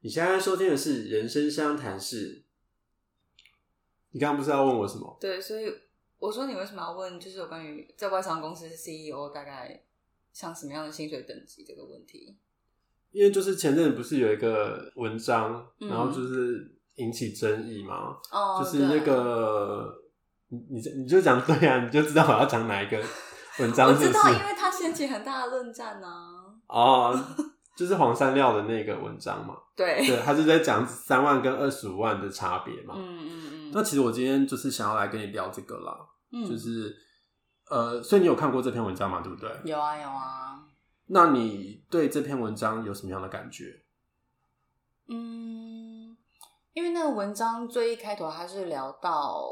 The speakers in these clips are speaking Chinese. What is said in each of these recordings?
你现在收听的是《人生相谈室你刚刚不是要问我什么？对，所以我说你为什么要问，就是有关于在外商公司 CEO 大概像什么样的薪水等级这个问题。因为就是前阵子不是有一个文章，嗯然后就是引起争议嘛，哦，就是那个你你你就讲对啊，你就知道我要讲哪一个文对，我章是知不道，是因？为它掀起很大的论战啊呢、哦，就是黄山料的那个文章嘛，对，对，他就在讲三万跟二十五万的差别嘛。嗯嗯那其实我今天就是想要来跟你聊这个啦，嗯，就是呃，所以你有看过这篇文章嘛？对不对？有啊有啊，那你对这篇文章有什么样的感觉？嗯，因为那个文章最一开头它是聊到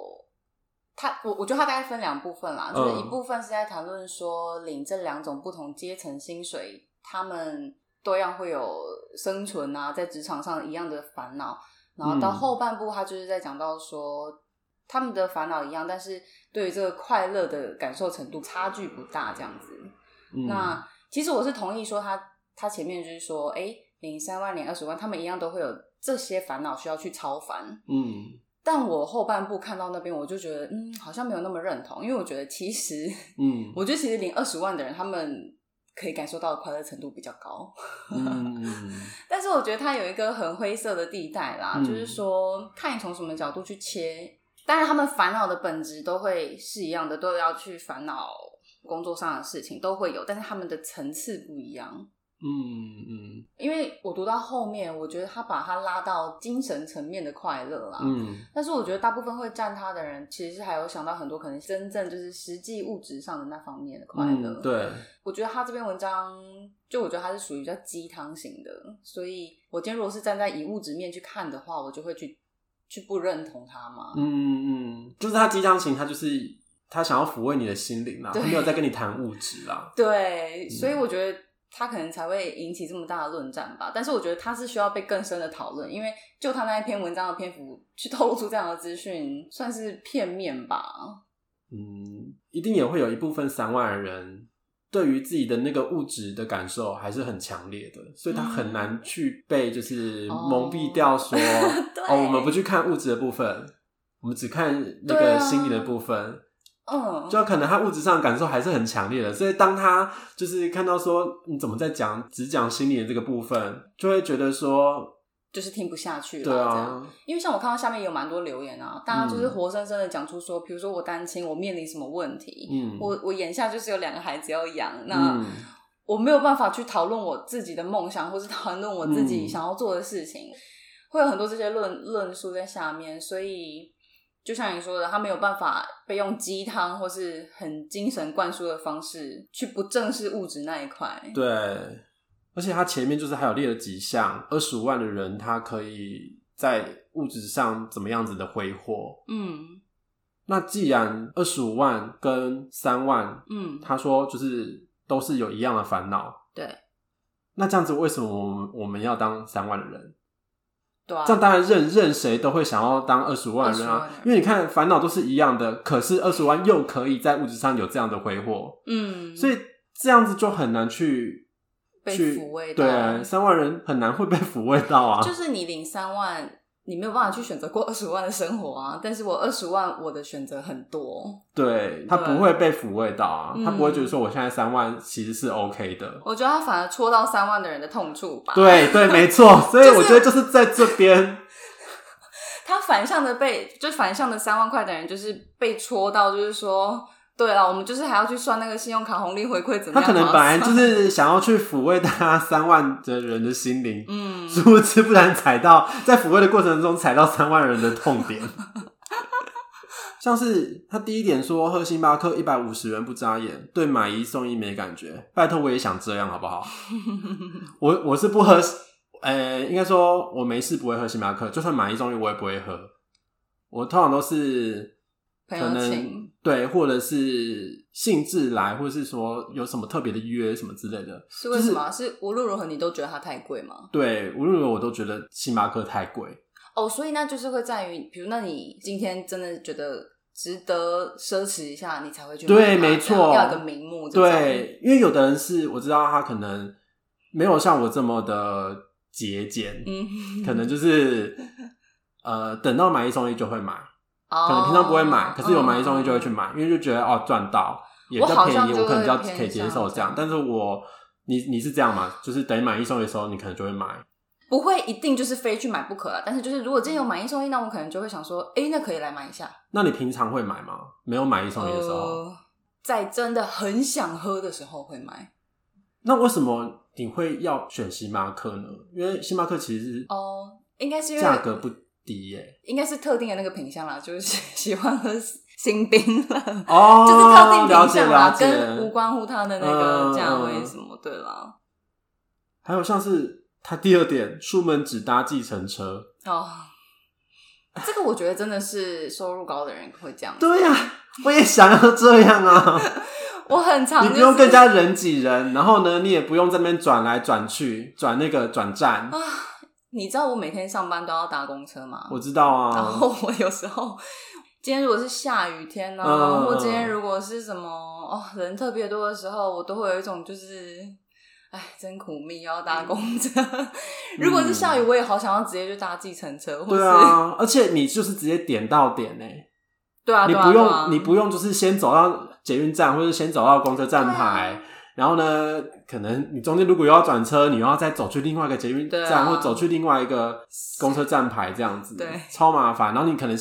它，我我觉得它大概分两部分啦，就是嗯一部分是在谈论说领这两种不同阶层薪水，他们都要会有生存啊，在职场上一样的烦恼，然后到嗯后半部他就是在讲到说。他们的烦恼一样，但是对于这个快乐的感受程度差距不大，这样子。嗯、那其实我是同意说他他前面就是说，哎、领三万、领二十万，他们一样都会有这些烦恼需要去超凡。嗯但我后半部看到那边，我就觉得，嗯，好像没有那么认同，因为我觉得其实， 嗯我觉得其实领二十万的人，他们可以感受到的快乐程度比较高。嗯嗯但是我觉得它有一个很灰色的地带啦，嗯就是说看你从什么角度去切。当然，他们烦恼的本质都会是一样的，都要去烦恼工作上的事情，都会有，但是他们的层次不一样。嗯嗯因为我读到后面，我觉得他把它拉到精神层面的快乐啦。嗯但是我觉得大部分会赞他的人，其实还有想到很多可能真正就是实际物质上的那方面的快乐。啊嗯，，对，我觉得他这篇文章，就我觉得他是属于比较鸡汤型的，所以我今天如果是站在以物质面去看的话，我就会去去不认同他嘛。嗯嗯，就是他鸡汤型，他就是他想要抚慰你的心灵啦，他对没有在跟你谈物质啦。对，嗯所以我觉得他可能才会引起这么大的论战吧。但是我觉得他是需要被更深的讨论，因为就他那一篇文章的篇幅去透露出这样的资讯，算是片面吧。嗯，一定也会有一部分三万的人对于自己的那个物质的感受还是很强烈的，所以他很难去被就是嗯哦蒙蔽掉 说对哦，我们不去看物质的部分，我们只看那对个啊心理的部分。嗯，就可能他物质上的感受还是很强烈的，所以当他就是看到说你怎么在讲只讲心理的这个部分，就会觉得说，就是听不下去了。对这样啊，因为像我看到下面有蛮多留言啊，大家就是嗯活生生的讲出说，比如说我单亲，我面临什么问题，嗯，我我眼下就是有两个孩子要养，那。嗯我没有办法去讨论我自己的梦想，或是讨论我自己嗯想要做的事情，会有很多这些论论述在下面，所以就像你说的，他没有办法被用鸡汤或是很精神灌输的方式去不正视物质那一块。对，而且他前面就是还有列了几项，二十五万的人他可以在物质上怎么样子的挥霍。嗯那既然二十五万跟三万，嗯，他说就是都是有一样的烦恼，对那这样子为什么我们我们要当三万的人？对啊这，样当然任任谁都会想要当二十万人20万啊人，因为你看烦恼都是一样的，可是二十万又可以在物质上有这样的挥霍，嗯，所以这样子就很难去被去抚慰到对，三万人很难会被抚慰到啊。就是你领三万。你没有办法去选择过二十万的生活啊， 但是我二十万我的选择很多，对他对不会被抚慰到啊，嗯他不会觉得说我现在三万其实是 OK 的。我觉得他反而戳到三万的人的痛处吧。对 对，没错，所以我觉得就是在这边，他反向的被，就反向的三万块的人，就是被戳到，就是说，对了，我们就是还要去算那个信用卡红利回馈 怎么他可样。能本来 然后就算，是想要去抚慰大家三万的人的心灵，嗯， 殊不知不然踩到在抚慰的过程中踩到三万人的痛点。 像是他第一点说喝星巴克一百五十元不眨眼，对买一送一没感觉。拜托，我也想这样好不好？ 我我是不喝，呃，应该说我没事不会喝星巴克，就算买一送一我也不会喝。我通常都是可朋友能请对，或者是兴致来，或者是说有什么特别的约什么之类的。是为什么啊？是无论如何你都觉得它太贵吗？对，无论如何我都觉得星巴克太贵。哦，所以那就是会在于，比如那你今天真的觉得值得奢侈一下，你才会去买它对没错要有个名目，，对，因为有的人是我知道他可能没有像我这么的节俭，嗯，可能 就是呃等到买一送一就会买，哦嗯可能平常不会买，可是有买一送一就会去。买，因为就觉得哦赚到也比我较好便像宜，就我可能比较会偏可以接向受这样。但是我你你是这样吗？就是等于买一送一的时候，你可能就会买。不会一定就是非去买不可啊，但是就是如果今天有买一送一，那我可能就会想说，哎，那可以来买一下。那你平常会买吗？没有买一送一的时候，呃，在真的很想喝的时候会买那为什么你会要选星巴克呢？因为星巴克其实哦，应该是因为价格不低耶、应该是特定的那个品相啦，就是喜欢喝新冰了。哦，就是特了定品解相了啦，解，啊跟无关乎它的那个价位什么，对啦。还有像是它第二点，出门只搭计程车。哦，这个我觉得真的是收入高的人会这样。对呀、我也想要这样啊！ 我很常、就你是、不用更加人挤人，然后呢，你也不用在那边转来转去，转那个转站。啊。你知道我每天上班都要搭公车吗？我知道然啊，后我有时候，今天如果是下雨天呢、嗯或今天如果是什么哦人特别多的时候，我都会有一种就是，哎，真苦命，要搭公车。 如果是下嗯雨，我也好想要直接就搭计程车，或是对啊，而且你就是直接点到点欸呢、对啊，你对啊不对啊用，你不用，就是先走到捷运站，或者先走到公车站牌，对啊然后呢，可能你中间如果又要转车，你又要再走去另外一个捷运对啊站，或走去另外一个公车站牌，这样子，对超麻烦。然后你可能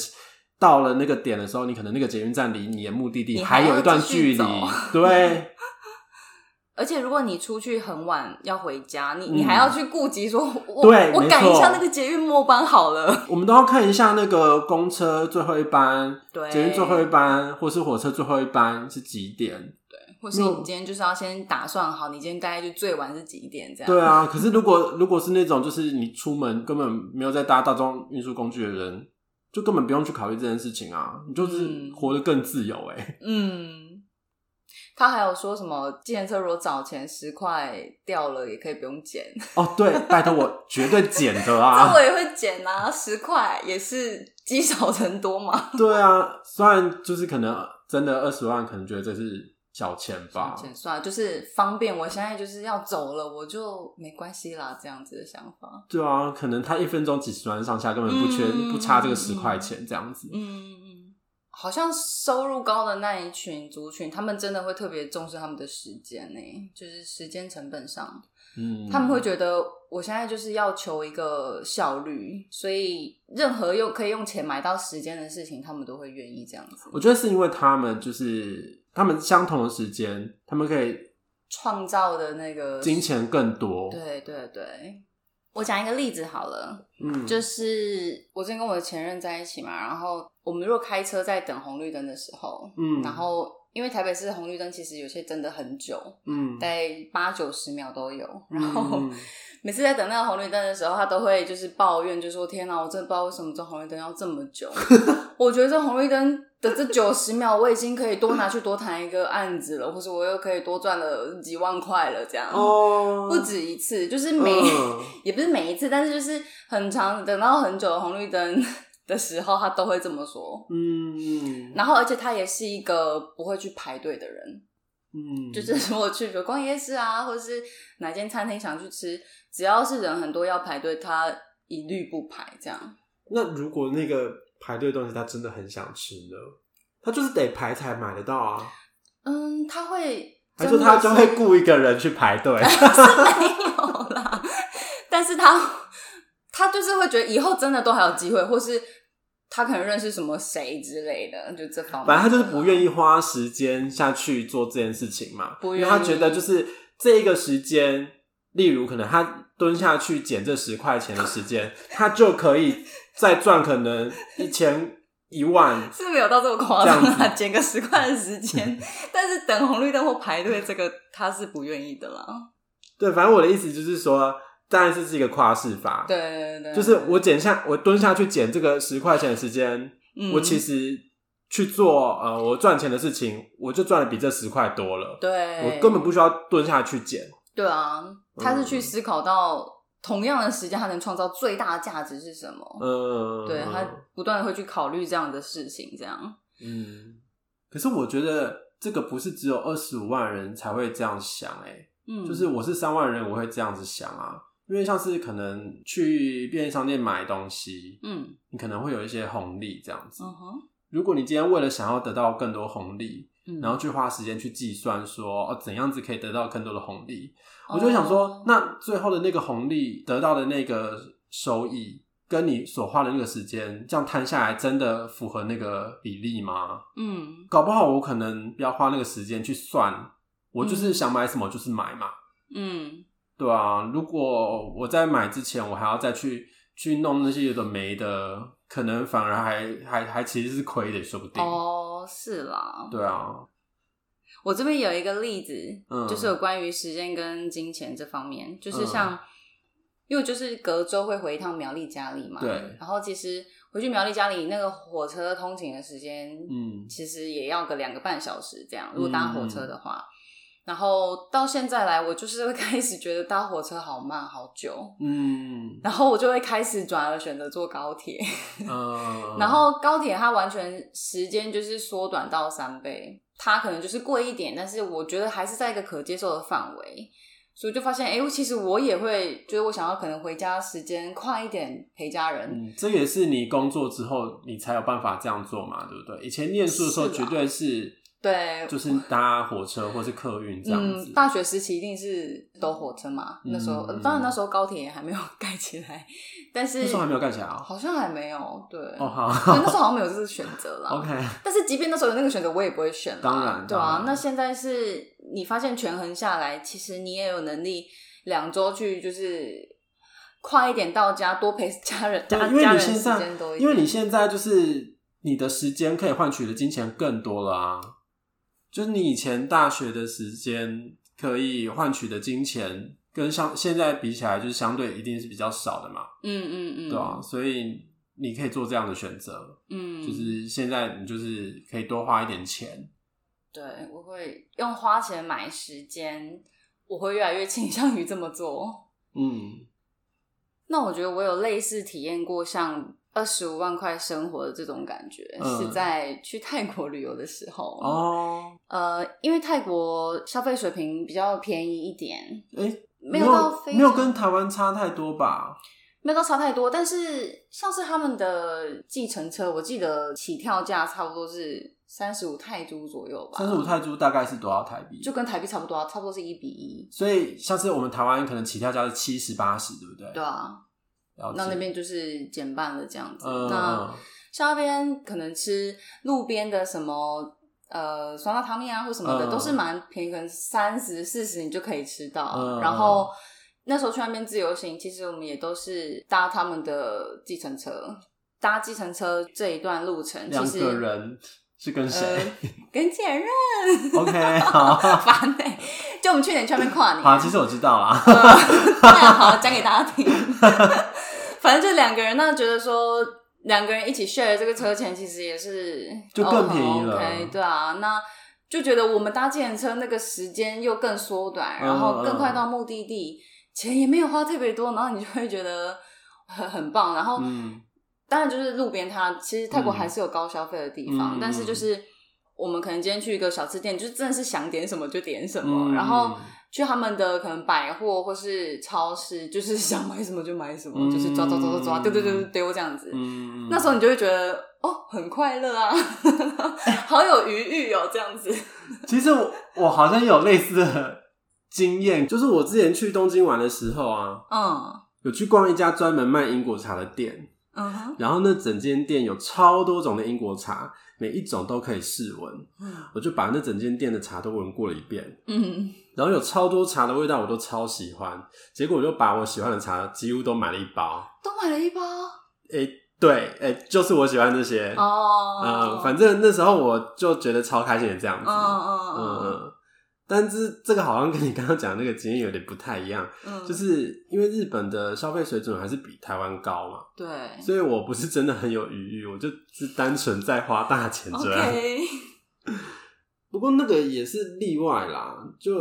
到了那个点的时候，你可能那个捷运站离你的目的地你还有一段要继续距离走，对，而且如果你出去很晚要回家，你嗯你还要去顾及说，我对我没赶错一下那个捷运末班好了。我们都要看一下那个公车最后一班、 对，捷运最后一班，或是火车最后一班是几点。或是你嗯今天就是要先打算好，你今天大概就最晚是几点这样？对啊，可是如果如果是那种就是你出门根本没有在搭大众运输工具的人，就根本不用去考虑这件事情啊，你就是嗯活得更自由哎、嗯，他还有说什么，计程车如果早前十块掉了，也可以不用捡， 哦，对，拜托我绝对捡的 这啊我，也会捡啊，十块也是积少成多嘛。对啊，虽然就是可能呃真的二十万，可能觉得这是小钱吧，捡算了，就是方便。我现在就是要走了，我就没关系啦，这样子的想法。对啊，可能他一分钟几十万上下，根本不缺、嗯不差这个十块钱这样子。嗯，好像收入高的那一群族群，他们真的会特别重视他们的时间呢、就是时间成本上。嗯，他们会觉得我现在就是要求一个效率，所以任何用可以用钱买到时间的事情，他们都会愿意这样子我觉得是因为他们就是他们相同的时间，他们可以创造的那个金。钱更多。对对对，我讲一个例子好了，嗯，就是我之前跟我的前任在一起嘛，然后我们如果开车在等红绿灯的时候，嗯，然后因为台北市的红绿灯其实有些真的很久，嗯，大概八九十秒都有，然后。 嗯每次在等那个红绿灯的时候，他都会就是抱怨，就说：“天哪，我真的不知道为什么这红绿灯要这么 久。我觉得这红绿灯的这九十秒，我已经可以多拿去多谈一个案子了，或者我又可以多赚了几万块了，这样。哦， 不止一次，就是每、嗯也不是每一次，但是就是很长，等到很久的红绿灯的时候，他都会这么说。 嗯然后，而且他也是一个不会去排队的人，嗯，就是如果去比如逛夜市啊，或是哪间餐厅想去吃，只要是人很多要排队，他一律不排这样。那如果那个排队的东西他真的很想吃呢，他就是得排才买得到啊，嗯，他会还真是的他就会是雇一个人去排队？没有啦，但是他他就是会觉得以后真的都还有机会，或是他可能认识什么谁之类的，就这方 面。反正他就是不愿意花时间下去做这件事情嘛，不因愿意为他觉得就是这一个时间，例如可能他蹲下去捡这十块钱的时间，他就可以再赚可能一千一万。 是没有到这么夸张啊这啦样，子嗯减个十块的时间， 但是等红绿灯或排队这个他是不愿意的啦。对，反正我的意思就是说，当然是是一个跨市法，对对对对，就是我捡下我蹲下去捡这个十块钱的时间，嗯我其实去做呃我赚钱的事情，我就赚的比这十块多了，对，我根本不需要蹲下去捡。对啊，他是嗯去思考到同样的时间，他能创造最大的价值是什么？嗯，对他不断的会去考虑这样的事情，这样。嗯，可是我觉得这个不是只有二十五万人才会这样想、欸，哎、嗯，就是我是三万人，我会这样子想啊。因为像是可能去便利商店买东西，嗯你可能会有一些红利这样子。嗯哼，如果你今天为了想要得到更多红利，嗯然后去花时间去计算说哦怎样子可以得到更多的红利，我就想说哦，那最后的那个红利得到的那个收益，跟你所花的那个时间，这样摊下来，真的符合那个比例吗？嗯搞不好我可能不要花那个时间去算，我就是嗯想买什么就是买嘛，嗯对啊。如果我在买之前，我还要再去去弄那些有的没的，可能反而还还还其实是亏的，也说不定。哦，是啦，对啊，我这边有一个例子，嗯就是有关于时间跟金钱这方面，就是嗯像，因为我就是隔周会回一趟苗栗家里嘛，对然后其实回去苗栗家里那个火车通勤的时间，嗯其实也要个两个半小时这样，如果搭火车嗯的话。然后到现在来，我就是会开始觉得搭火车好慢好久，嗯然后我就会开始转而选择坐高铁，嗯，然后高铁它完全时间就是缩短到三倍，它可能就是贵一点，但是我觉得还是在一个可接受的范围。所以就发现，哎、其实我也会，就是我想要可能回家时间快一点陪家人。嗯，这个也是你工作之后你才有办法这样做嘛，对不对？以前念书的时候是啦绝对是，对就是搭火车或是客运这样子。嗯，大学时期一定是都火车嘛，那时候、呃嗯当然那时候高铁还没有盖起来， 但是那时候还没有盖起来啊好像还没有，对，哦，对，那好时候好像没有这个选择啦。 ，OK，但是即便那时候有那个选择，我也不会选啦。当然对当啊然。那现在是你发现权衡下来，其实你也有能力两周去，就是快一点到家，多陪家人对家因为家你人现时在间多一点。因为你现在就是你的时间可以换取的金钱更多了啊，就是你以前大学的时间可以换取的金钱跟相现在比起来，就是相对一定是比较少的嘛，嗯嗯嗯，对啊，所以你可以做这样的选择。嗯，就是现在你就是可以多花一点钱，对，我会用花钱买时间，我会越来越倾向于这么做。嗯那我觉得我有类似体验过像二十五万块生活的这种感觉，嗯是在去泰国旅游的时候。哦，呃，因为泰国消费水平比较便宜一点，哎、没有到非没有常跟台湾差太多吧？没有到差太多，但是像是他们的计程车，我记得起跳价差不多是三十五泰铢左右吧，三十五泰铢大概是多少台币？就跟台币差不多啊，差不多是一比一，所以像是我们台湾可能起跳价是七十八十，对不对？对啊，了解，那那边就是减半了这样子。嗯那像那边可能吃路边的什么。呃，酸辣汤面啊，或什么的，嗯都是蛮便宜，可能三十、四十你就可以吃到。嗯然后那时候去那边自由行，其实我们也都是搭他们的计程车，搭计程车这一段路程，其嗯两实个人是跟谁、呃跟前任呃 o k 好，烦呢、就我们去年去那边跨 年，好，其实我知道啦，呃对啊，好讲给大家听。反正就两个人，那觉得说两个人一起 share 这个车钱，其实也是就更便宜了 o k 对啊，那就觉得我们搭计程车那个时间又更缩短，然后更快到目的地，钱也没有花特别多，然后你就会觉得很很棒，然后。嗯当然就是路边摊，其实泰国嗯还是有高消费的地嗯方，但是就是我们可能今天去一个小吃店，就是真的是想点什么就点什么，嗯，然后去他们的可能百货或是超市，就是 想买什么就买什么，嗯就是抓抓抓抓抓，丢丢丢丢丢这样子。嗯，那时候你就会觉得哦，很快乐啊， 好有余裕哦，这样子。其实我我好像有类似的经验，就是我之前去东京玩的时候啊，嗯有去逛一家专门卖英国茶的店。嗯哼然后那整间店有超多种的英国茶，每一种都可以试闻。我就把那整间店的茶都闻过了一遍，嗯然后有超多茶的味道我都超喜欢。结果我就把我喜欢的茶几乎都买了一包。都买了一包诶、对，诶、就是我喜欢这些。哦，嗯，反正那时候我就觉得超开心的这样嗯子。嗯嗯嗯嗯，但是这个好像跟你刚刚讲的那个经验有点不太一样，嗯，就是因为日本的消费水准还是比台湾高嘛。对所以我不是真的很有余裕，我就是单纯在花大钱这样。 ，OK，不过那个也是例外啦，就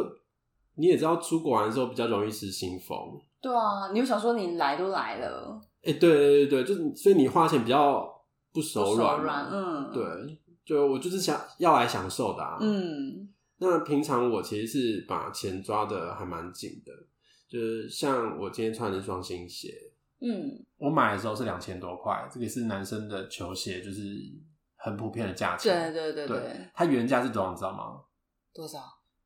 你也知道，出国玩的时候比较容易失心疯。 对啊，你就想说你来都来了，哎、对对对对，就是所以你花钱比较不手软手软，嘛，嗯，，对，就我就是想要来享受的啊。嗯那平常我其实是把钱抓的还蛮紧的，就是像我今天穿的双新鞋，嗯，我买的时候是两千多块，这个是男生的球鞋，就是很普遍的价钱。对对对对，它原价是多少你知道吗？多少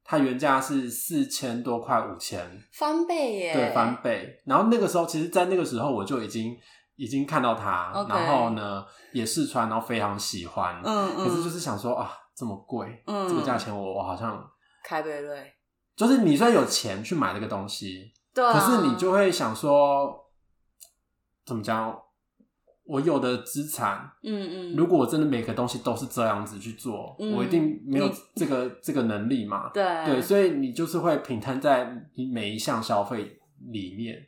它原价是四千多块，五千，翻倍耶？对，翻倍。然后那个时候，其实，在那个时候我就已经已经看到它 OK 然后呢也试穿，然后非常喜欢。嗯嗯，可是就是想说啊，这么贵，嗯这个价钱我我好像凯美瑞，就是你虽然有钱去买这个东西，对啊，可是你就会想说，怎么讲？我有的资产，嗯嗯，如果我真的每个东西都是这样子去做，嗯我一定没有你这个这个能力嘛。对对，所以你就是会平摊在你每一项消费里面。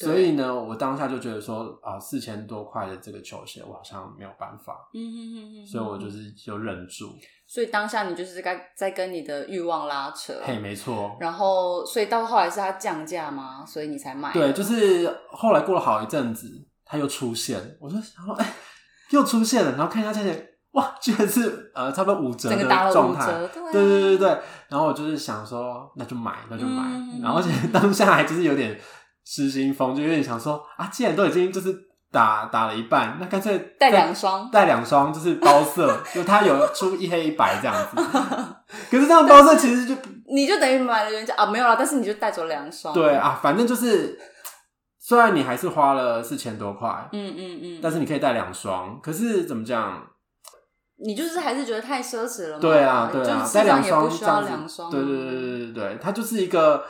对所以呢，我当下就觉得说啊，四千多块的这个球鞋，我好像没有办法，嗯嗯嗯嗯，所以我就是就忍住。所以当下你就是在在跟你的欲望拉扯，嘿，没错，然后所以到后来是它降价吗？所以你才买？对，就是后来过了好一阵子，它又出现，我就想说，哎、又出现了，然后看一下价钱，哇，居然是呃差不多五折整的个打了状五态，折，对对啊对对对，对，然后我就是想说，那就买，那就买。嗯然后现在当下还就是有点失心疯，就有点想说啊，既然都已经就是打打了一半，那干脆带再两双带两双就是包色，就它有出一黑一白这样子。可是这样包色其 实就不你就等于买了原价啊，没有啦，但是你就带走两双，对，啊，反正就是虽然你还是花了四千多块，嗯嗯嗯，但是你可以带两双。可是怎么讲？你就是还是觉得太奢侈了嘛，对啊，对嗯就啊是，带身两上也双不这需要样子两双啊，对对对对对对，它就是一个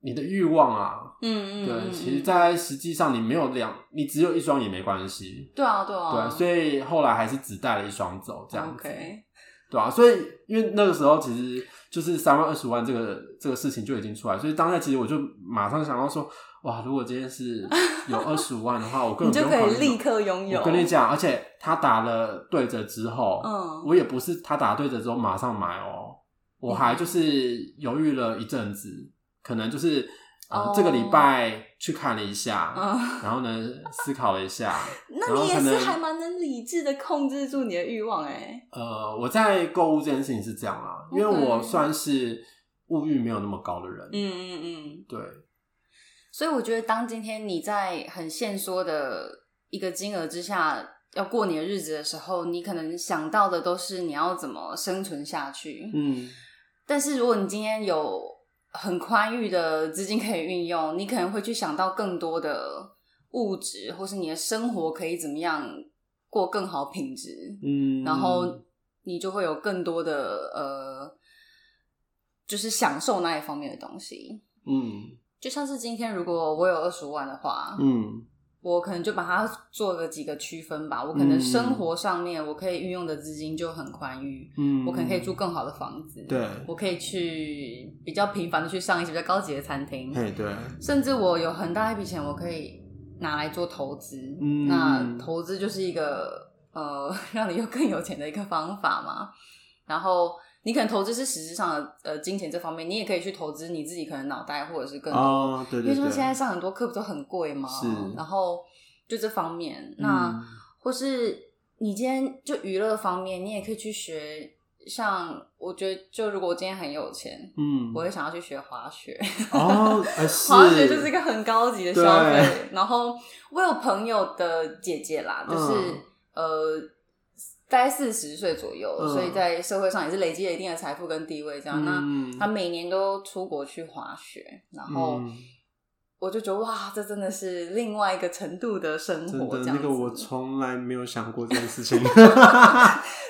你的欲望啊，嗯嗯，对，嗯其实，嗯在实际上你没有两，你只有一双也没关系。对啊对啊，对，所以后来还是只带了一双走，这样子 OK，对啊，所以因为那个时候其实就是三万二十万这个这个事情就已经出来，所以当下其实我就马上想到说，哇，如果今天 是有二十五万的话，我根你本就不可用以考虑立刻拥有，我跟你讲，而且他打了对折之后，嗯我也不是他打对折之后马上买哦，我还就是犹豫了一阵子，可能就是呃、哦这个礼拜去看了一下，嗯，然后呢思考了一下，那然后你也可是能还蛮能理智的控制住你的欲望哎，呃，我在购物这件事情是这样啦，因为 OK 我算是物欲没有那么高的人，嗯嗯嗯。对，所以我觉得，当今天你在很限缩的一个金额之下要过你的日子的时候，你可能想到的都是你要怎么生存下去。嗯，但是如果你今天有很宽裕的资金可以运用，你可能会去想到更多的物质，或是你的生活可以怎么样过更好品质。嗯，然后你就会有更多的呃，就是享受那一方面的东西。嗯就像是今天，如果我有二十万的话，嗯我可能就把它做个几个区分吧。我可能生活上面我可以运用的资金就很宽裕，嗯，我可能可以住更好的房子，对，我可以去比较频繁的去上一些比较高级的餐厅，嘿对，甚至我有很大一笔钱我可以拿来做投资。嗯那投资就是一个呃， 让你又更有钱的一个方法嘛。然后你可能投资是实质上的呃金钱这方面，你也可以去投资你自己可能脑袋或者是更多哦对因对为对，说现在上很多课不都很贵吗？是然后就这方面，那、嗯或是你今天就娱乐方面，你也可以去学。像我觉得，就如果我今天很有钱，嗯，我会想要去学滑雪。哦， 呃、是滑雪就是一个很高级的消费对。然后我有朋友的姐姐啦，嗯就是、呃，大概四十岁左右，嗯所以在社会上也是累积了一定的财富跟地位。这样，嗯那她每年都出国去滑雪，然后嗯我就觉得哇，这真的是另外一个程度的生真活，的这样那子。个我从来没有想过这件 事情。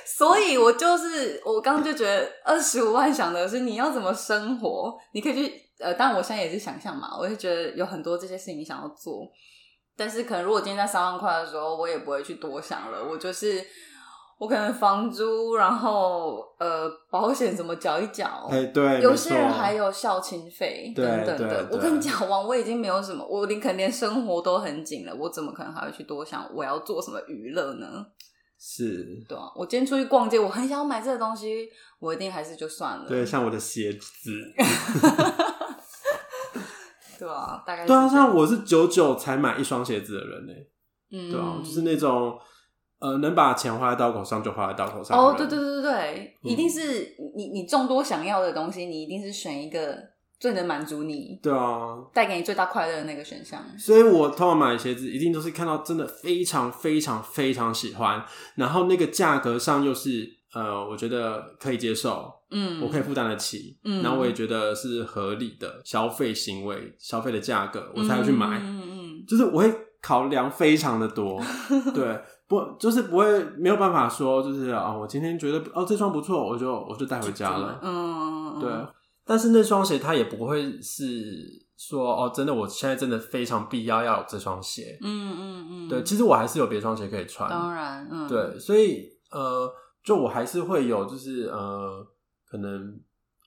所以我就是我刚刚就觉得二十五万想的是你要怎么生活，你可以去呃，但我现在也是想象嘛，我就觉得有很多这些事情你想要做，但是可能如果今天在三万块的时候，我也不会去多想了，我就是我可能房租，然后呃保险怎么缴一缴。哎，对，有没些人错还有校勤费等对等的，对我跟你对讲完，我已经没有什么，我连可能连生活都很紧了，我怎么可能还会去多想我要做什么娱乐呢？是，对啊，我今天出去逛街，我很想要买这个东西，我一定还是就算了。对，像我的鞋子，嗯对啊，大概是对啊，这样像我是九九才买一双鞋子的人呢，嗯，对啊，就是那种呃，能把钱花在刀口上就花在刀口上哦的人。哦，对对对对对，一定是你你众多想要的东西，你一定是选一个最能满足你、对啊，带给你最大快乐的那个选项。所以我通常买鞋子一定都是看到真的非常非常非常喜欢，然后那个价格上又是呃，我觉得可以接受，嗯，我可以负担得起，嗯然后我也觉得是合理的消费行为、消费的价格，我才会去买。嗯嗯就是我会考量非常的 多，对，不就是不会没有办法说就是啊、我今天觉得哦这双不错，我就我就带回家了，嗯，嗯对。啊但是那双鞋它也不会是说哦，真的我现在真的非常必要要有这双鞋，嗯嗯嗯，对，其实我还是有别双鞋可以穿，当然，嗯，对，所以呃，就我还是会有，就是呃，可能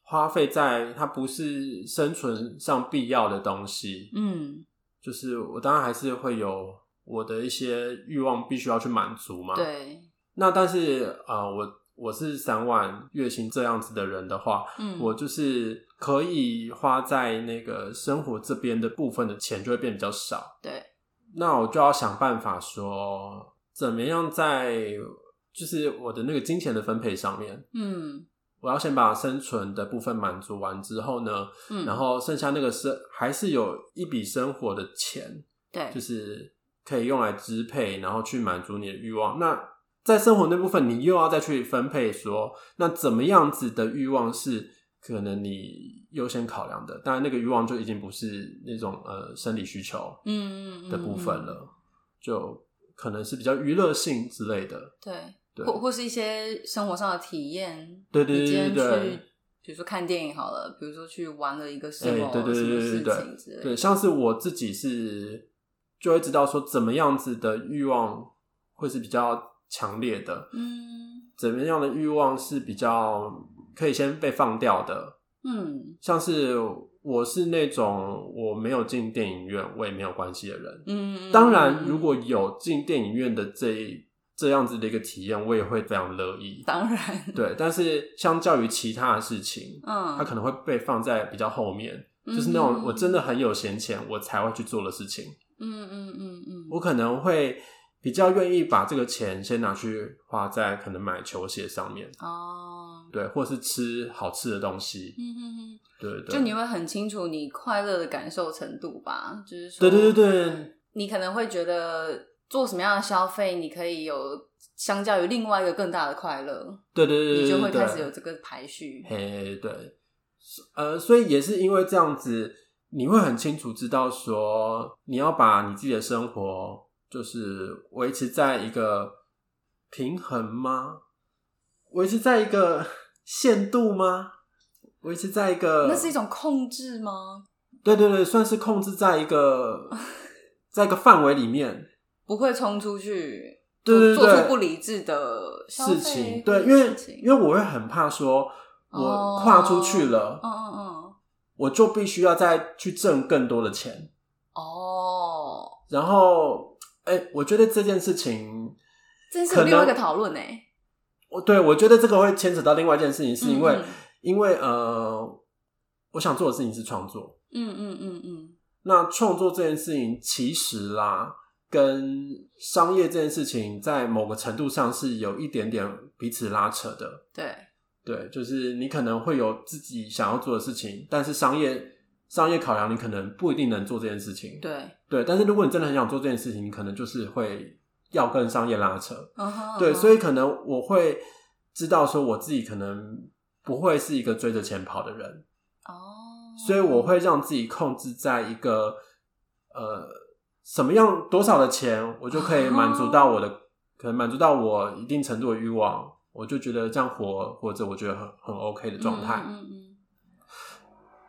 花费在它不是生存上必要的东西，嗯，就是我当然还是会有我的一些欲望必须要去满足嘛。，对，那但是呃，我我是三万月薪这样子的人的话，嗯，啊我就是可以花在那个生活这边的部分的钱就会变比较少。对，那我就要想办法说，怎么样在就是我的那个金钱的分配上面，嗯我要先把生存的部分满足完之后呢，嗯，然后剩下那个生还是有一笔生活的钱，对，就是可以用来支配，然后去满足你的欲望。那在生活那部分，你又要再去分配说，那怎么样子的欲望是可能你优先考量的？当然，那个欲望就已经不是那种呃生理需求，嗯嗯嗯的部分，了，就可能是比较娱乐性之类的。嗯对，对或或是一些生活上的体验，对对你今对对天去对，比如说看电影好了，比如说去玩了一个什哎么对对什么对事对情之类对对，的，像是我自己是就会知道说怎么样子的欲望会是比较强烈的，嗯怎么样的欲望是比较可以先被放掉的，嗯像是。我是那种我没有进电影院，我也没有关系的人。嗯，当然，嗯如果有进电影院的这一这样子的一个体验，我也会非常乐意。 当然， 对，但是相较于其他的事情，嗯，它可能会被放在比较后面，就是那嗯种我真的很有闲钱，我才会去做的事情。嗯嗯嗯嗯，我可能会比较愿意把这个钱先拿去花在可能买球鞋上面，哦，对，或是吃好吃的东西，嗯嗯嗯，对对对，就你会很清楚你快乐的感受程度吧，就是对说，对对对，你可能会觉得做什么样的消费，你可以有相较于另外一个更大的快乐，对对对，你就会对开始有这个排序。嘿，对，呃，所以也是因为这样子，你会很清楚知道说，你要把你自己的生活就是维持在一个平衡吗？维持在一个限度吗？维持在一个，那是一种控制吗？对对对，算是控制在一 个在一个范围里面。不会冲出去，对对对做对做出不理智的消费事情，或者对，因为事情因为我会很怕说，哦我跨出去了，嗯嗯嗯，我就必须要再去挣更多的钱。哦，然后，哎、我觉得这件事情，真是可有能另外一个讨论呢。欸我对我觉得这个会牵扯到另外一件事情，是因为、嗯嗯因为呃，我想做的事情是创作。嗯嗯嗯嗯，那创作这件事情，其实啦，跟商业这件事情，在某个程度上是有一点点彼此拉扯的。对，对，就是你可能会有自己想要做的事情，但是商业商业考量，你可能不一定能做这件事情。对，对，但是如果你真的很想做这件事情，你可能就是会要跟商业拉扯。嗯哼，对，嗯哼所以可能我会知道说我自己可能不会是一个追着钱跑的人，哦，所以我会让自己控制在一个呃什么样多少的钱，我就可以满足到我的，可能满足到我一定程度的欲望，我就觉得这样活活着，我觉得很很 OK 的状态。嗯嗯嗯嗯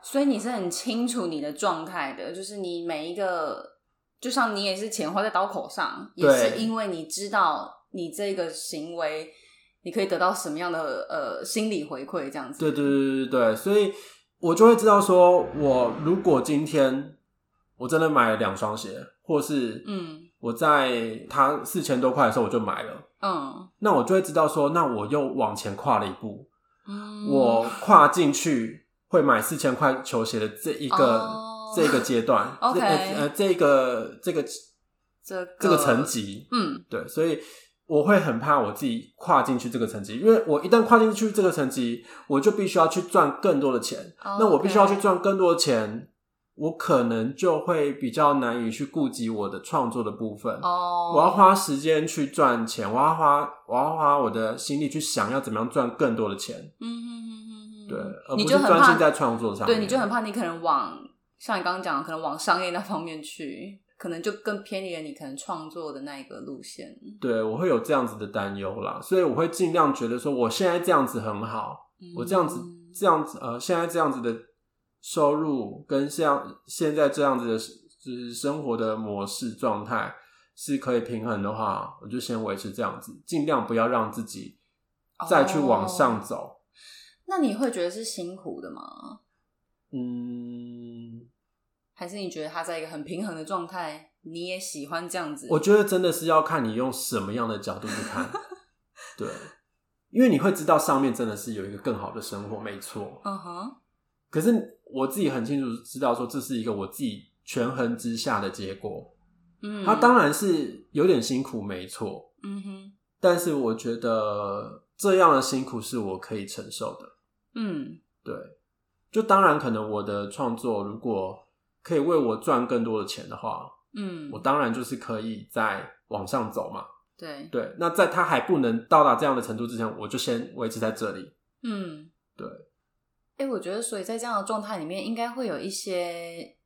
所以你是很清楚你的状态的，就是你每一个，就像你也是钱花在刀口上，也对是因为你知道你这个行为，你可以得到什么样的呃心理回馈，这样子。对对对对对，所以我就会知道说，我如果今天我真的买了两双鞋，或是嗯我在它四千多块的时候我就买了。嗯那我就会知道说，那我又往前跨了一步，嗯，我跨进去会买四千块球鞋的这一个、哦这个阶段 OK 这呃呃这个这个这个这个层级，嗯对，所以我会很怕我自己跨进去这个层级，因为我一旦跨进去这个层级，我就必须要去赚更多的钱。哦那我必须要去 OK 赚更多的钱，我可能就会比较难以去顾及我的创作的部分。哦，我要花时间去赚钱，我要花我要花我的心力去想要怎么样赚更多的钱，嗯嗯嗯嗯嗯，对，而你不就是很专怕心在创作上面。对，你就很怕你可能往像你刚刚讲的，可能往商业那方面去，可能就更偏离了你可能创作的那一个路线。对我会有这样子的担忧啦，所以我会尽量觉得说，我现在这样子很好，我这样子嗯这样子呃，现在这样子的收入跟像现在这样子的就是生活的模式状态是可以平衡的话，我就先维持这样子，尽量不要让自己再去往上走。那你会觉得是辛苦的吗？嗯，还是你觉得他在一个很平衡的状态，你也喜欢这样子？我觉得真的是要看你用什么样的角度去看，对，因为你会知道上面真的是有一个更好的生活，没错。嗯哼，可是我自己很清楚知道，说这是一个我自己权衡之下的结果。嗯，它当然是有点辛苦，没错，嗯哼，但是我觉得这样的辛苦是我可以承受的。嗯对，就当然可能我的创作如果可以为我赚更多的钱的话，嗯，我当然就是可以再往上走嘛。对，对，那在它还不能到达这样的程度之前，我就先维持在这里。嗯，对。哎、我觉得，所以在这样的状态里面，应该会有一些，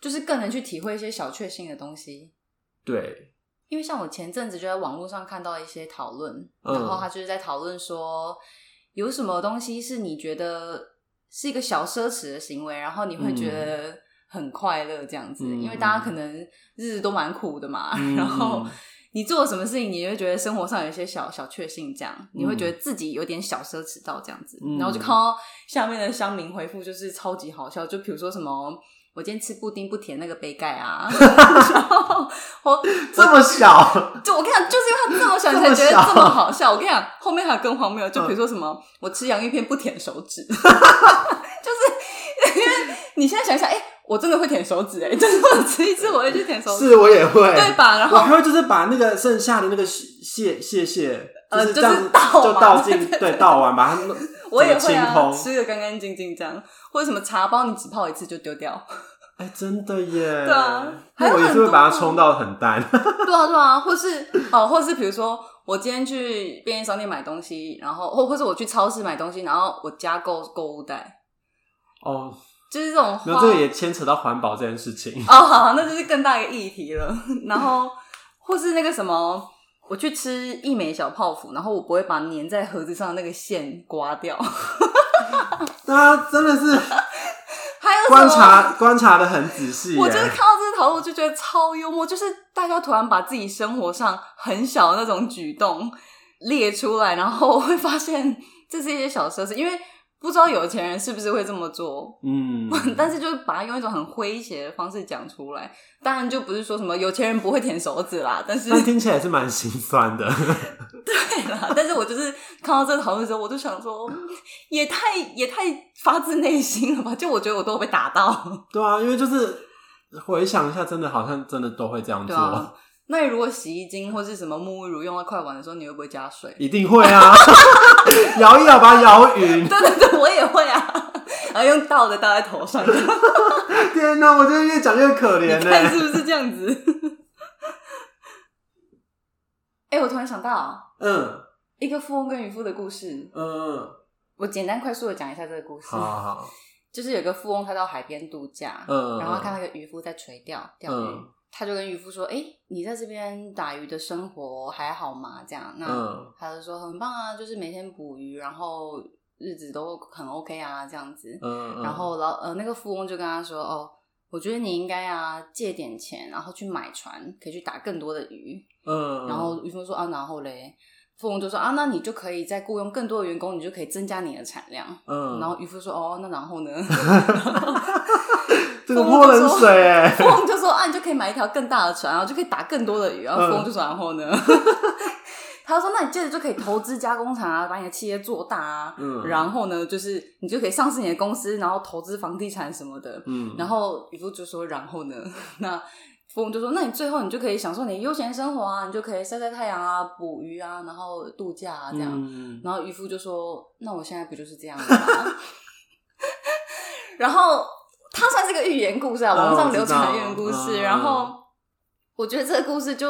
就是更能去体会一些小确幸的东西。 对，因为像我前阵子就在网络上看到一些讨论，嗯然后他就是在讨论说，有什么东西是你觉得是一个小奢侈的行为，然后你会觉得很快乐这样子，嗯因为大家可能日子都蛮苦的嘛，嗯 然后你做什么事情，你就会觉得生活上有一些小小确幸，这样你会觉得自己有点小奢侈到这样子。嗯然后就看到下面的乡民回复，就是超级好笑，就比如说什么。我今天吃布丁不甜那个杯盖啊， 然后我这么小，就我跟你讲，就是因为他这么小，你才觉得这么好笑。我跟你讲，后面还有更荒谬，就比如说什么，我吃洋芋片不舔手 指，就是因为你现在想想，哎、我真的会舔手指、哎， 就是我吃一次我会去舔手指， 是我也 会，对吧？然我后还会就是把那个剩下的那个蟹蟹蟹，呃是这样就是子倒就嘛倒进 对对对对倒完把它弄，我也整会个清啊，空吃的干干净净这样，或者什么茶包，你只泡一次就丢 掉。哎，真的耶，对啊还那有我也很是会把它多冲到很 淡，对啊，对啊，或是哦，或是比如说，我今天去便利商店买东西，然后或或是我去超市买东西，然后我加购购物袋，哦，就是这种花。没有这个也牵扯到环保这件事 情， 哦，好，那就是更大一个议题了。然后或是那个什么，我去吃一美小泡芙，然后我不会把粘在盒子上的那个线刮掉。大家啊真的是还有什么观察观察的很仔细耶，我就是看到这个讨论，我就觉得超幽默，就是大家突然把自己生活上很小的那种举动列出来，然后我会发现这是一些小奢侈，因为不知道有钱人是不是会这么做。 嗯， 但是就是把它用一种很诙谐的方式讲出来，当然就不是说什么有钱人不会舔手指啦，但是但听起来是蛮心酸的，对啦， 但是我就是看到这个讨论之后，我就想说，嗯也太也太发自内心了吧？就我觉得我都有被打到。对啊，因为就是回想一下，真的好像真的都会这样对做，啊，那如果洗衣精或是什么沐浴乳用到快完的时候，你会不会加水？ 一定会啊， 摇一摇把它摇匀， 对对对，我也会啊，然后用倒的倒在头上，天哪，我觉得越讲越可怜欸呢、看是不是这样子？ 哎、我突然想到嗯一个富翁跟渔夫的故事，嗯，我简单快速的讲一下这个故事。好好好，就是有个富翁，他到海边度假，嗯然后他看那个渔夫在垂钓钓鱼，嗯他就跟渔夫说：“哎、你在这边打鱼的生活还好吗？”这样，那、嗯他就说：“很棒啊，就是每天捕鱼，然后日子都很 OK 啊，这样子。嗯，嗯然后老呃那个富翁就跟他说：“哦，我觉得你应该啊借点钱，然后去买船，可以去打更多的鱼。嗯，然后渔夫说：“啊，然后嘞？”富翁就说：“啊，那你就可以再雇佣更多的员工，你就可以增加你的产量。”嗯，然后渔夫说：“哦，那然后呢？” 这个泼冷水 哎、富翁就说：“啊，你就可以买一条更大的船，然后就可以打更多的鱼。”然嗯后富翁就说：“然后 呢？”他说：“那你接着就可以投资加工厂啊，把你的企业做大啊。嗯然后呢，就是你就可以上市你的公司，然后投资房地产什么的。嗯， 然后渔夫就说：“然后呢？那父母就说：“那你最后你就可以享受你的悠闲生活啊，你就可以晒晒太阳啊，捕鱼啊，然后度假啊这样。嗯然后渔夫就说：“那我现在不就是这样了吗？” 然后它算是个寓言故事啊，哦网上流我传的知寓道言故事。嗯然后我觉得这个故事就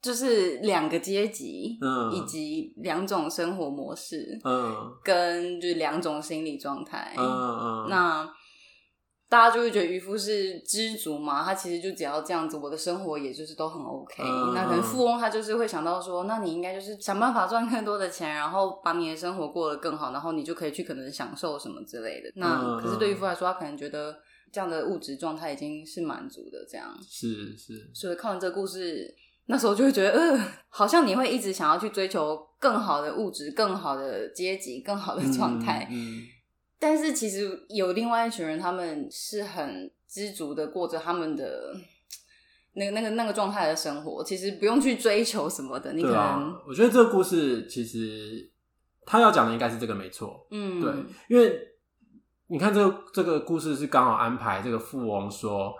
就是两个阶级，嗯以及两种生活模式，嗯跟就是两种心理状态。嗯嗯，那大家就会觉得渔夫是知足嘛，他其实就只要这样子，我的生活也就是都很 OK、嗯那可能富翁他就是会想到说，那你应该就是想办法赚更多的钱，然后把你的生活过得更好，然后你就可以去可能享受什么之类的。那、嗯可是对渔夫来说，他可能觉得这样的物质状态已经是满足的，这样。是是，所以看完这个故事，那时候就会觉得，呃，好像你会一直想要去追求更好的物质、更好的阶级、更好的状态。嗯嗯但是其实有另外一群人，他们是很知足的过着他们的那个那个那个状态的生活，其实不用去追求什么的，你可对能、啊，我觉得这个故事其实他要讲的应该是这个没错，嗯对，因为你看这个这个故事是刚好安排这个富翁说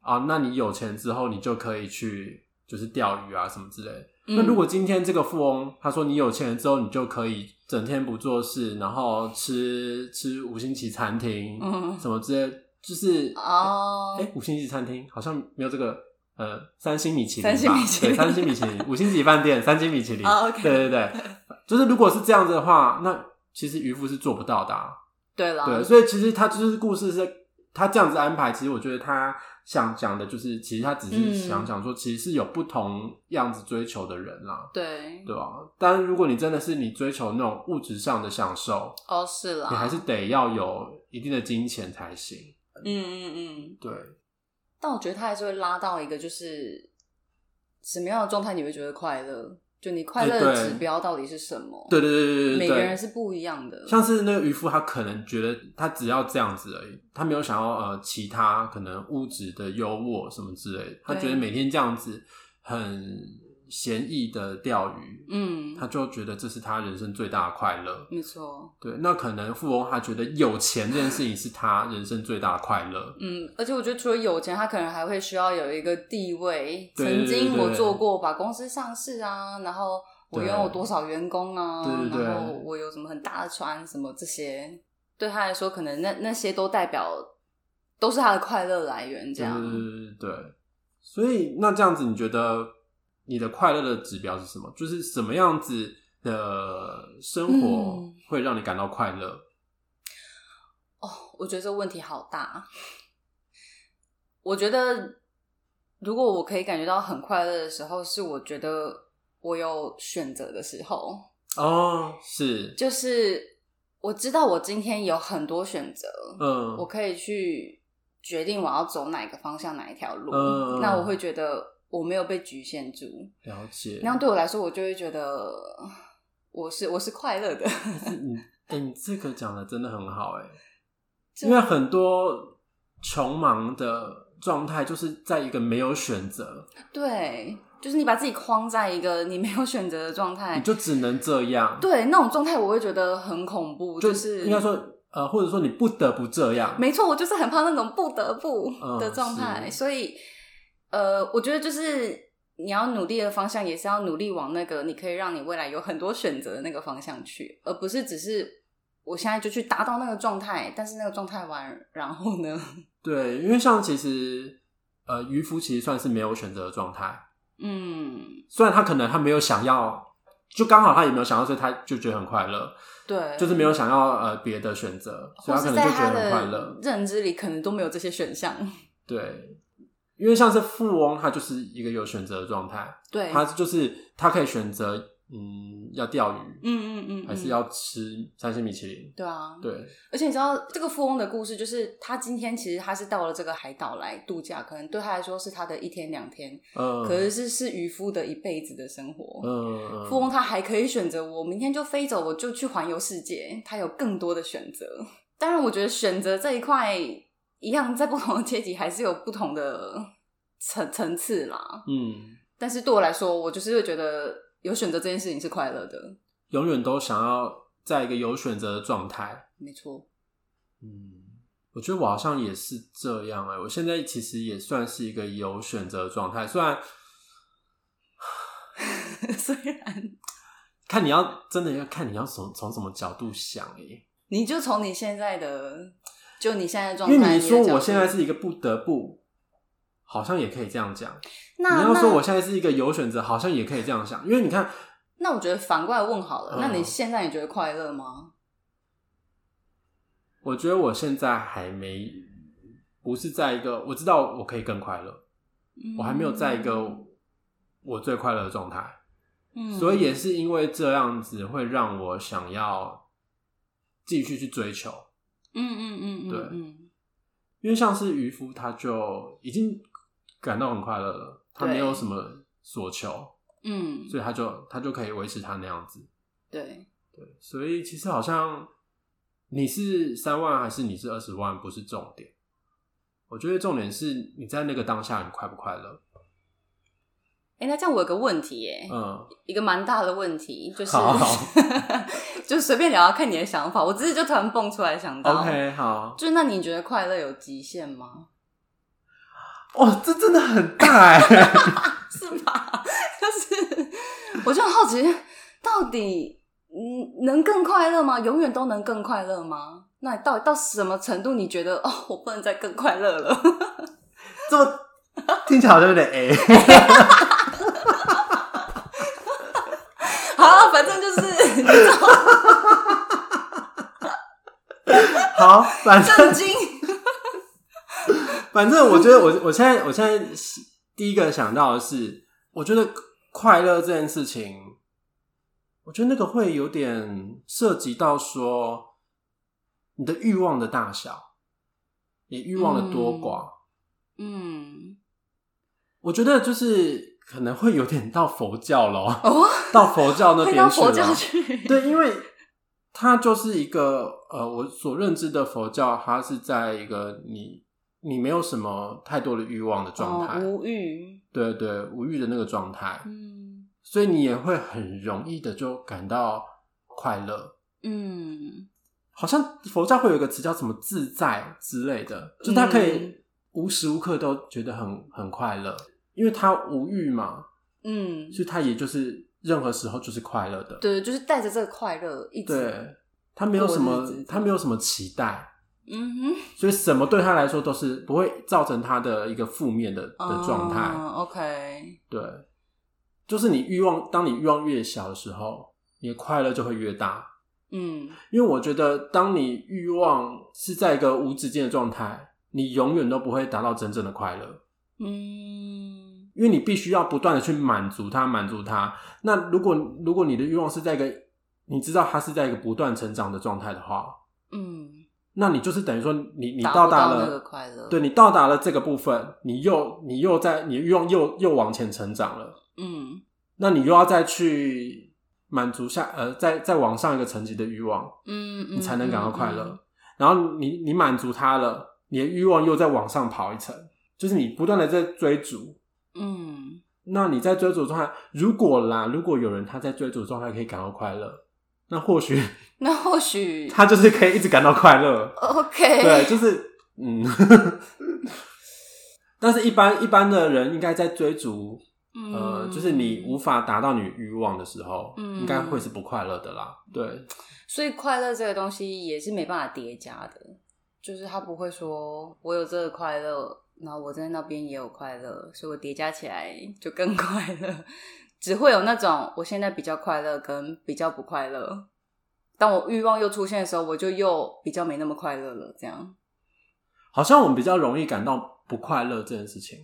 啊，那你有钱之后你就可以去就是钓鱼啊什么之类的。嗯那如果今天这个富翁他说你有钱了之后，你就可以整天不做事，然后吃吃五星级餐厅、嗯什么之类的，就是哦哎、五星级餐厅好像没有这个，呃，三星米其林吧，三星米其林对，三星米其林，五星级饭店，三星米其林，哦，OK 哎对对 对，就是如果是这样子的话，那其实渔夫是做不到的、啊，对啦，对，所以其实他就是故事是他这样子安排，其实我觉得他想讲的就是，其实他只是嗯想讲说，其实是有不同样子追求的人啦，对对吧、当然，如果你真的是你追求那种物质上的享受，哦是啦，你还是得要有一定的金钱才行，嗯嗯嗯，对，但我觉得他还是会拉到一个就是什么样的状态你会觉得快乐，就你快乐哎的对指标到底是什么？对对对对对对，每个人是不一样的，像是那个渔夫，他可能觉得他只要这样子而已，他没有想要呃其他可能物质的优渥什么之类的，他觉得每天这样子很闲逸的钓鱼，嗯，他就觉得这是他人生最大的快乐。没错，对，那可能富翁他觉得有钱这件事情是他人生最大的快乐。嗯，而且我觉得除了有钱，他可能还会需要有一个地位。对对对曾经对我做过把公司上市啊，然后我对拥有多少员工啊，对对对然后我有什么很大的船什么这些，对他来说，可能那那些都代表都是他的快乐来源。这对样，对对对对。所以那这样子，你觉得你的快乐的指标是什么？就是什么样子的生活嗯会让你感到快乐？哦，我觉得这问题好大。我觉得，如果我可以感觉到很快乐的时候，是我觉得我有选择的时候。哦，是，就是我知道我今天有很多选择，嗯，我可以去决定我要走哪个方向、哪一条路。嗯那我会觉得我没有被局限住，了解。那样对我来说，我就会觉得呃我是我是快 乐的。你，哎、你这个讲的真的很好、哎，这因为很多穷忙的状态就是在一个没有选择，对，就是你把自己框在一个你没有选择的状态你，就只能这样，哎对那种状态，我会觉得很恐怖。就就是应该说，呃，或者说你不得不这样，没错，我就是很怕那种不得不的嗯状态，是所以呃，我觉得就是你要努力的方向，也是要努力往那个你可以让你未来有很多选择的那个方向去，而不是只是我现在就去达到那个状态，但是那个状态完，然后呢， 对，因为像其实，呃，渔夫其实算是没有选择的状态，嗯，虽然他可能他没有想要，就刚好他也没有想要，所以他就觉得很快乐，对，就是没有想要呃别的选择，所或以他可是能在就觉他得很快乐的。认知里，可能都没有这些选项，对，因为像是富翁，他就是一个有选择的状态，对，他就是他可以选择，嗯，要钓鱼，嗯嗯嗯，还是嗯要吃三星米其林。对啊，对，而且你知道这个富翁的故事，就是他今天其实他是到了这个海岛来度假，可能对他来说是他的一天两天，嗯，可是是是渔夫的一辈子的生活。嗯，嗯，富翁他还可以选择我明天就飞走，我就去环游世界，他有更多的选择。当然，我觉得选择这一块一样，在不同的阶级还是有不同的层层次啦。嗯，但是对我来说，我就是会觉得有选择这件事情是快乐的，永 远都想要在一个有选择的状态。没错。嗯，我觉得我好像也是这样哎、我现在其实也算是一个有选择的状态，虽然虽然看你要真的要看你要从从什么角度想哎、你就从你现在的，就你现在的状态，因为你的说角我度现在是一个不得不，好像也可以这样讲。那你要那说我现在是一个有选择，好像也可以这样想，因为你看，那我觉得反过来问好了，嗯那你现在你觉得快乐吗？我觉得我现在还没不是在一个我知道我可以更快乐，嗯我还没有在一个我最快乐的状态，嗯，所以也是因为这样子会让我想要继续去追求，嗯嗯嗯嗯，对嗯因为像是渔夫他就已经感到很快乐了，他对没有什么所求，嗯，所以他就他就可以维持他那样子。对，对，所以其实好像你是三万还是你是二十万不是重点，我觉得重点是你在那个当下你快不快乐。哎、那这样我有个问题耶、嗯，一个蛮大的问题，就是好 就随便聊聊看你的想法，我只是就突然蹦出来想到 OK，好，就是那你觉得快乐有极限吗？哦，这真的很大哎、是吧？ 就是我就很好奇，到底嗯能更快乐吗？永远都能更快乐吗？那你到底到什么程度你觉得哦，我不能再更快乐了？ 这 么听起来好像有点 A。 好啊，反正就是你知道好，反正震惊。反正我觉得我我现在我现在第一个想到的是，我觉得快乐这件事情，我觉得那个会有点涉及到说你的欲望的大小，你欲望的多寡。嗯，我觉得就是可能会有点到佛教咯，哦， 到佛教那会边到去了。佛教去，对，因为它就是一个呃，我所认知的佛教，它是在一个你你没有什么太多的欲望的状态，哦无欲，对对，无欲的那个状态，嗯所以你也会很容易的就感到快乐。嗯好像佛教会有一个词叫什么自在之类的，就它可以嗯无时无刻都觉得很很快乐，因为它无欲嘛，嗯，所以它也就是任何时候就是快乐的。对，就是带着这个快乐一直，对，他没有什过日么子，他没有什么期待，嗯所以什么对他来说都是不会造成他的一个负面的哼，的状态。哦，OK，对，就是你欲望，当你欲望越小的时候，你的快乐就会越大。嗯因为我觉得，当你欲望是在一个无止境的状态，你永远都不会达到真正的快乐，嗯因为你必须要不断的去满足它，满足它。那如果如果你的欲望是在一个，你知道它是在一个不断成长的状态的话，嗯，那你就是等于说你你达不到达到了那个快乐对你到达了这个部分，你又你又在你欲望又又往前成长了，嗯那你又要再去满足下呃再再往上一个层级的欲望，嗯，嗯你才能感到快乐。，嗯然后你你满足它了，你的欲望又再往上跑一层，就是你不断的在追逐。嗯，那你在追逐状态，如果啦，如果有人他在追逐状态可以感到快乐，那或许那或许他就是可以一直感到快 乐。 OK，对，就是嗯，但是一般一般的人应该在追逐，嗯呃，就是你无法达到你欲望的时候，嗯应该会是不快乐的啦。对，所以快乐这个东西也是没办法叠加的，就是他不会说我有这个快乐，然后我在那边也有快乐，所以我叠加起来就更快乐。只会有那种我现在比较快乐跟比较不快乐。当我欲望又出现的时候，我就又比较没那么快乐了。这样，好像我们比较容易感到不快乐这件事情，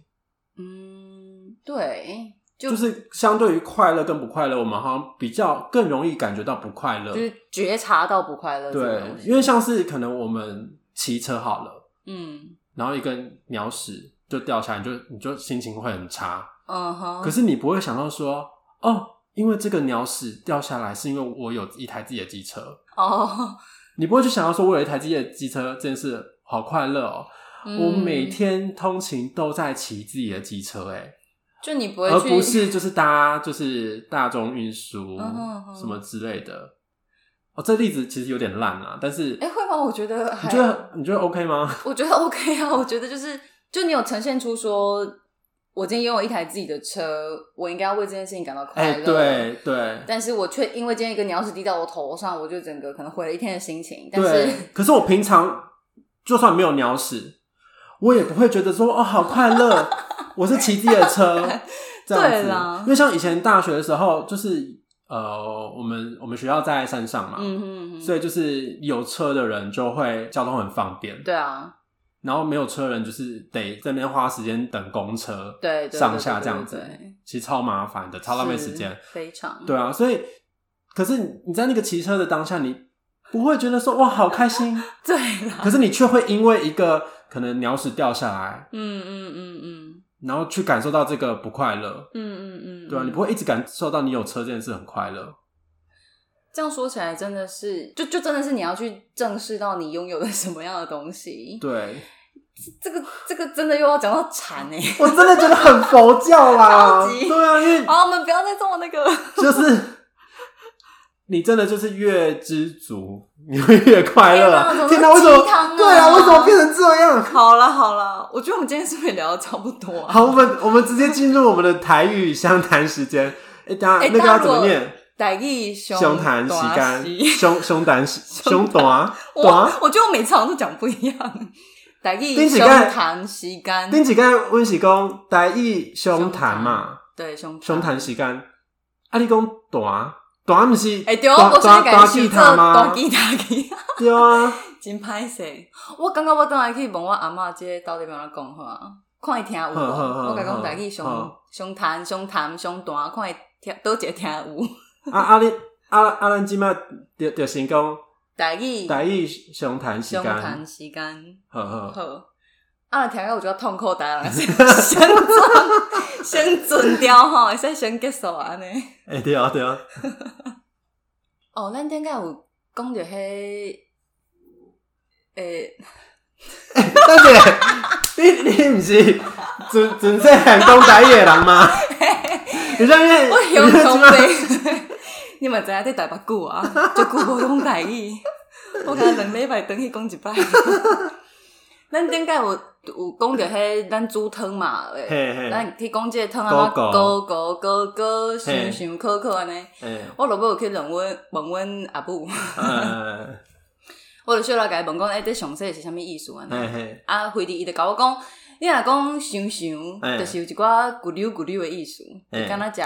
嗯，对，就就是相对于快乐跟不快乐，我们好像比较更容易感觉到不快乐就。是觉察到不快乐这个对东，西。因为像是可能我们骑车好了，嗯然后一根鸟屎就掉下来，你就你就心情会很差。嗯哼，可是你不会想到说，哦，因为这个鸟屎掉下来，是因为我有一台自己的机车。哦，你不会去想到说，我有一台自己的机车这件事好快乐哦。我嗯每天通勤都在骑自己的机车、欸，就你不哎，会而去不是就是搭就是大众运输嗯哼嗯哼什么之类的。哦，这例子其实有点烂啊，但是哎、会吗？我觉得还你觉得你觉得 OK 吗？我觉得 OK 啊，我觉得就是，就你有呈现出说，我今天拥有一台自己的车，我应该要为这件事情感到快哎、乐。对对但是我却因为今天一个鸟屎滴到我头上，我就整个可能毁了一天的心情。但是对，可是我平常就算没有鸟屎，我也不会觉得说哦好快乐，我是骑自己的 车这样对啦子，因为像以前大学的时候，就是呃，我们我们学校在山上嘛，嗯哼嗯哼，所以就是有车的人就会交通很方便，对啊，然后没有车的人就是得在那边花时间等公车，对对对上下这样子对对对，其实超麻烦的，超浪费时间是。非常对啊，所以可是你在那个骑车的当下，你不会觉得说哇好开 心，对啦，可是你却会因为一个可能鸟屎掉下来，嗯嗯嗯嗯然后去感受到这个不快乐。嗯嗯嗯，对啊，嗯你不会一直感受到你有车这件事很快乐。这样说起来，真的是就就真的是你要去正视到你拥有的什么样的东西。对，这个这个真的又要讲到馋哎、 我真的觉得很佛教啦。超级对啊，因为好，我们不要再做那个。 就是你真的就是越知足，你会越快乐啊。天天哪哪，为怎么是什么鸡汤啊？对啊，为什么变成这样？好了好了，我觉得我们今天是不是也聊的差不多啊？好，我们我们直接进入我们的台语相谈时 间。哎，等哎下那个要怎大么陆念？歹意胸胸弹喜大肝，西胸胸胆 喜胸短我短。我觉得我每场都讲不一样。歹意丁子胸干弹吸干，丁子干温是讲台语胸弹嘛，对胸胸弹是干。啊，你讲短短不是？哎对哦，我现在短感吉觉他大吗？吉他吉，对啊，真歹势。我感觉我等下去问我阿嬷，这到底要安怎讲好啊？看伊听有无？好好好我甲讲好歹意胸好胸弹胸弹胸弹，看伊听倒一个 听有。啊啊你啊啊咱即摆就就先讲歹意台语胸弹是胸干弹，吸干。呵呵。好，啊，听到有就要痛苦 大人，先准先准掉吼，会使先结束安尼。哎对啊对啊，哦，咱顶个有讲着迄诶，但是你你不是准准说很讲台语的人 吗？你像因为我你有像口现在碑，你嘛知影在台北久啊，足久无讲台语，我敢两礼拜转去讲一摆。咱顶个有有讲着迄咱煮汤嘛，诶，嘿嘿，咱去讲即个汤啊，高高高高高高，想嘿想考考安尼。哎我落尾有去问阮问阮阿母，呃我就小老甲伊问讲，哎、这详细是啥物意思安嘿尼？嘿。 啊，惠弟伊就甲我讲，你若讲想想，嘿就是有一寡咕溜咕溜的意思，嘿就敢若食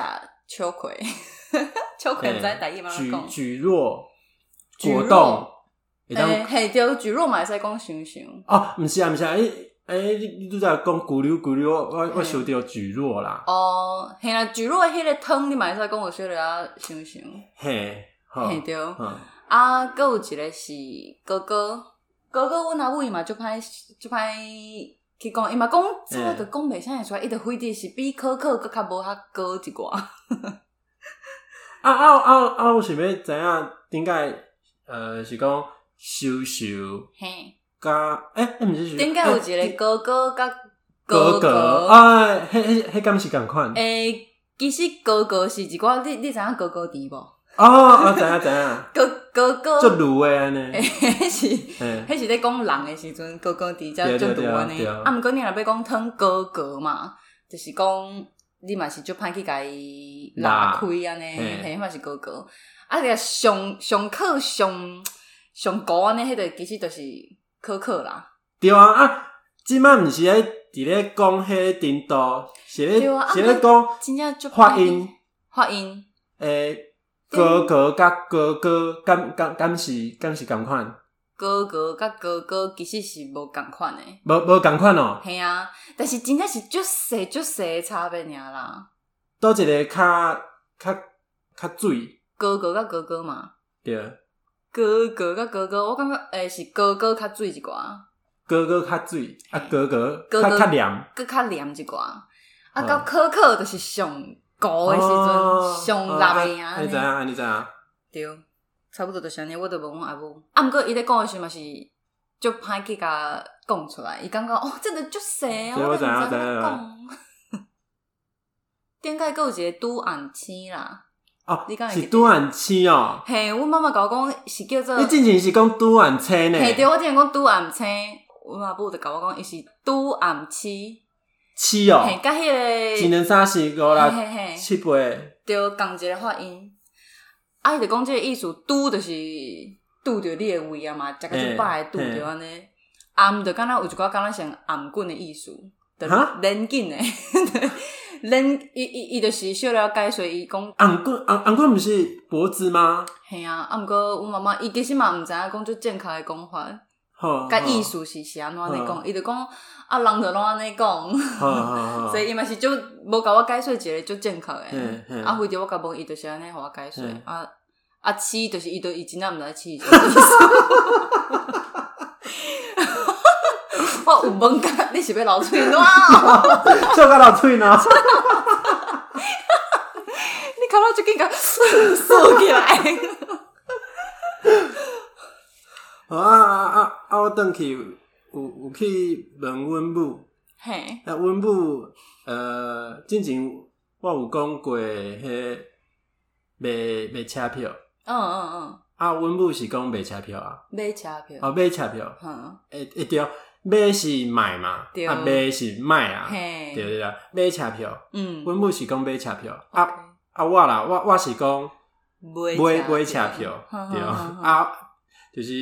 秋葵， 秋葵毋知台语嘛哎举讲，举若举果若冻，会当诶，哎嘿，对，举若嘛会使讲想想，哦，毋是啊，毋是啊，诶诶，你你拄则讲咕溜咕溜，我我嗯我想到举若啦，哦，嘿啦，举若的迄个汤，你嘛会使讲有小了啊想想，嘿，好，嘿对，嗯，啊，搁有一个是哥哥，哥哥，阮阿母伊嘛就歹就歹去讲，伊嘛讲这个嗯就讲袂啥会出来，伊就非得是比可可搁较无较高一寡。啊啊啊啊，我想要知影点解呃是讲修修嘿，甲诶，毋是修，顶解有一个个哥哥甲哥哥，哥，啊，迄迄迄敢是共款，诶，其实哥哥是一寡，你你知影哥哥甜无？哦，啊知影知影，哥哥哥， 足卤诶安尼，嘿是。嘿迄是咧讲人诶时阵，哥哥伫遮对就对读安尼。对啊啊，毋过你若要讲汤哥哥嘛，就是讲你嘛是就歹去甲伊拉开安尼，嘿嘿嘛是哥哥。啊，你若上上课上上高安尼，迄个其实就是可可啦。对啊啊，即摆毋是咧伫咧讲迄程度，是咧对啊啊是咧讲真正就发音。发音，诶，哥哥甲哥哥敢敢敢是敢是共款，哥哥甲哥哥其实是无共款诶。无无共款哦。嘿啊，但是真正是足细足细诶差别尔啦。倒一个较较较水哥哥甲哥哥嘛，对，哥哥甲哥哥，我感觉诶、是哥哥较水一寡。哥哥较水啊，哥哥哎哥较哥较黏，搁较黏一寡，啊，嗯到可可就是上高的时哦阵，上辣的哦啊你知影啊，啊？你知影？对，差不多就是安尼。我就问阮阿母，啊，毋过伊咧讲的时候嘛是，就歹去甲讲出来，伊感觉哦，真的足细啊，对我我都知毋影知影知要影讲。顶解佫有一个拄红星啦，哦你敢，会记是得拄晚七哦，嘿，阮妈妈甲我讲是叫做你，之前是讲拄晚车呢，嘿，对我之前讲拄暗星，阮阿母就甲我讲伊是拄暗七，七哦，嘿，甲迄一个，年三十五啦，嘿嘿嘿，七八。对，同一个发音。啊，伊就讲即个意思，拄就是拄着你的胃啊嘛，食个一摆的拄着安尼。暗就敢若有一寡敢若像暗棍的意思，就哈冷紧的，冷伊伊伊就是小了解，所以伊讲昂棍昂昂棍不是脖子吗？嘿啊。啊，毋过阮妈妈伊其实嘛毋知影讲做正确的讲法，吼甲意，思是是安怎安尼讲，伊就讲啊，人就拢安尼讲，吼吼吼 所以伊嘛是就无甲我解释一个就正确哦诶。嘿嘿啊，非着我甲问伊就是安尼，互我解释嗯啊啊，饲就是伊都伊真正毋知饲什么意思。 我有问甲你是要流喙 热哦？笑到老嘴呢， 你看我就紧甲 缩起来。啊 啊啊啊！我回去有有去问阮母，嘿，啊，阮母呃，之前我有讲过迄卖卖车票，嗯嗯嗯，啊，阮母是讲卖车票啊，买车票，哦，买车票，嗯，诶诶对，买是买嘛，对啊，卖是卖啊，对嘿，对对，买车票，嗯，阮母是讲买车票，啊啊我啦，我我是讲。买买买车票，对啊，啊，就是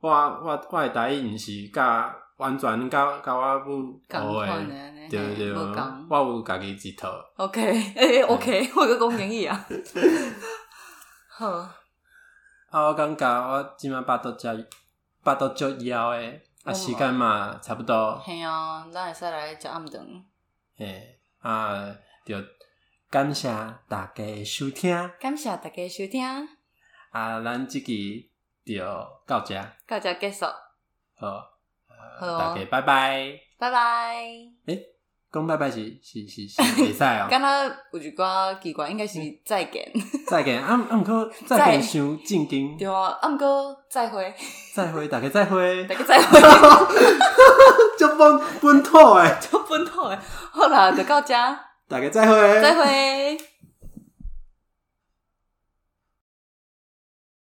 我我我的台语毋是甲完全甲甲我母学共款的的，安尼，对对哦对，嘿无共。我有家己一套。 OK，诶、欸、，OK，我个讲英语啊。 好，啊，我感觉我即满巴肚遮巴肚足枵诶，啊我时间嘛差不多，哦嘿啊，咱会使来食暗顿。嘿啊，就感谢大家的收听，感谢大家收听，啊，咱即期就到遮，到这结束，好，好呃哦大家拜拜。拜拜。讲拜拜是是是是袂使哦。 敢若有一寡奇怪，应该是再见， 再见，啊啊，毋过再见伤正经，对啊。啊，毋过再会，再会，大家再会 大，家再会， 就本本土诶，就本土的。好啦，就到这，大家再会，再会。